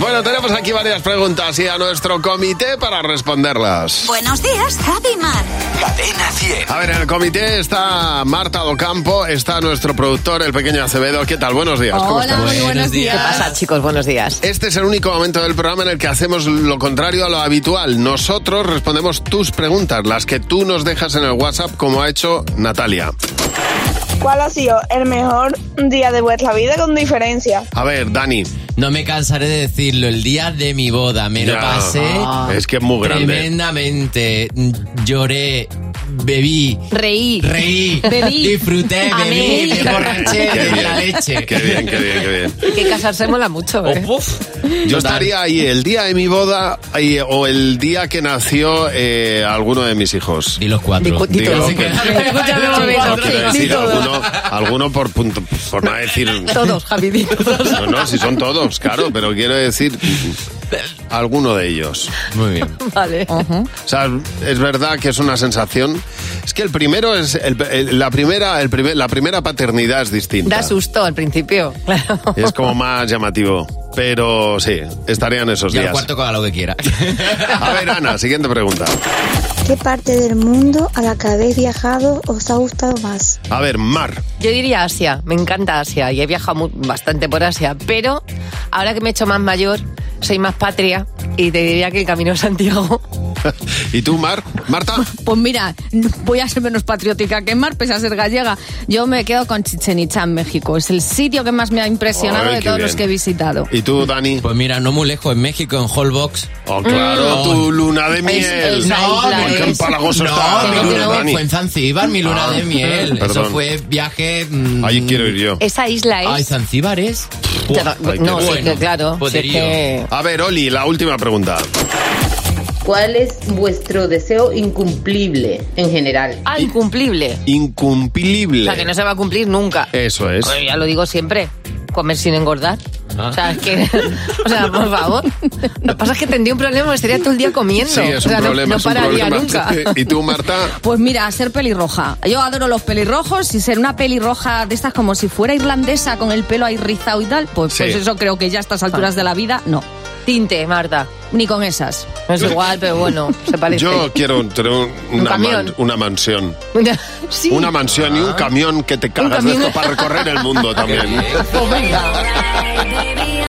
Bueno, tenemos aquí varias preguntas y a nuestro comité para responderlas. Buenos días, Javi Mar. Cadena 100. A ver, en el comité está Marta Docampo, está nuestro productor, el pequeño Acevedo. ¿Qué tal? Pues Buenos días. ¿Cómo Hola, estás? muy buenos días. ¿Qué pasa, chicos? Buenos días. Este es el único momento del programa en el que hacemos lo contrario a lo habitual. Nosotros respondemos tus preguntas, las que tú nos dejas en el WhatsApp, como ha hecho Natalia. ¿Cuál ha sido el mejor día de vuestra vida con diferencia? A ver, Dani. No me cansaré de decirlo, el día de mi boda me lo Ya. pasé Es que es muy grande. tremendamente. Lloré, bebí, Reí. reí, Bebí. disfruté, bebí, Amé. me emborraché, Qué bebí bien. la leche. Qué bien, qué bien, qué bien. Que casarse mola mucho, ¿eh? Yo Total. estaría ahí el día de mi boda y- o el día que nació eh, alguno de mis hijos. Y los cuatro. Digo, Así que- que- Escúchame un momento. quiero Di decir, todo. alguno, alguno por punto, por no decir. Todos, Javi, No, no, si son todos, claro, pero quiero decir alguno de ellos. Muy bien. Vale. O sea, es verdad que es una sensación. Es que el primero es el- el- la primera, el primer- la primera paternidad es distinta. Da susto al principio, claro. Es como más llamativo. Pero sí, estarían esos Y al días. cuarto con lo que quiera. A ver, Ana, siguiente pregunta. ¿Qué parte del mundo a la que habéis viajado os ha gustado más? A ver, Mar. Yo diría Asia, me encanta Asia y he viajado mu- bastante por Asia, pero ahora que me he hecho más mayor, soy más patria y te diría que el Camino de Santiago. ¿Y tú, Mar? ¿Marta? Pues mira, voy a ser menos patriótica que Mar, pese a ser gallega. Yo me quedo con Chichen Itza en México. Es el sitio que más me ha impresionado Ay, de qué todos bien. los que he visitado. ¿Y tú, Dani? Pues mira, no muy lejos, en México, en Holbox. Oh, claro, Mm. tu luna de miel. es la isla, Ay, qué es- empalagoso no, está que mi no, luna, que no, pues, Dani. fue en Zanzíbar, mi luna Ah, de miel. perdón. Eso fue viaje. mm, Ahí quiero ir yo. Esa isla es... Ay, Zanzíbar es. Claro, ay, qué no, sí, bueno. que claro, sí es Poderío. que... A ver, Oli, la última pregunta. ¿Cuál es vuestro deseo incumplible en general? Ah, incumplible. Incumplible. O sea, que no se va a cumplir nunca. Eso es. Ay, Ya lo digo siempre, comer sin engordar. Ah. O sea, es que, o sea, por favor. Lo que pasa es que tendría un problema, estaría todo el día comiendo. Sí, es o un sea, no- problema. no, es un pararía problema. nunca. ¿Y tú, Marta? Pues mira, ser pelirroja. Yo adoro los pelirrojos y ser una pelirroja de estas como si fuera irlandesa con el pelo ahí rizado y tal, pues, Sí. pues eso creo que ya a estas alturas de la vida, no. Ah. Tinte, Marta. Ni con esas. No es igual, pero bueno, se parece. Yo quiero tener un- una, camión. man- una mansión. sí. Ah. Una mansión y un camión que te cagas de camión. esto para recorrer el mundo también. Pues venga.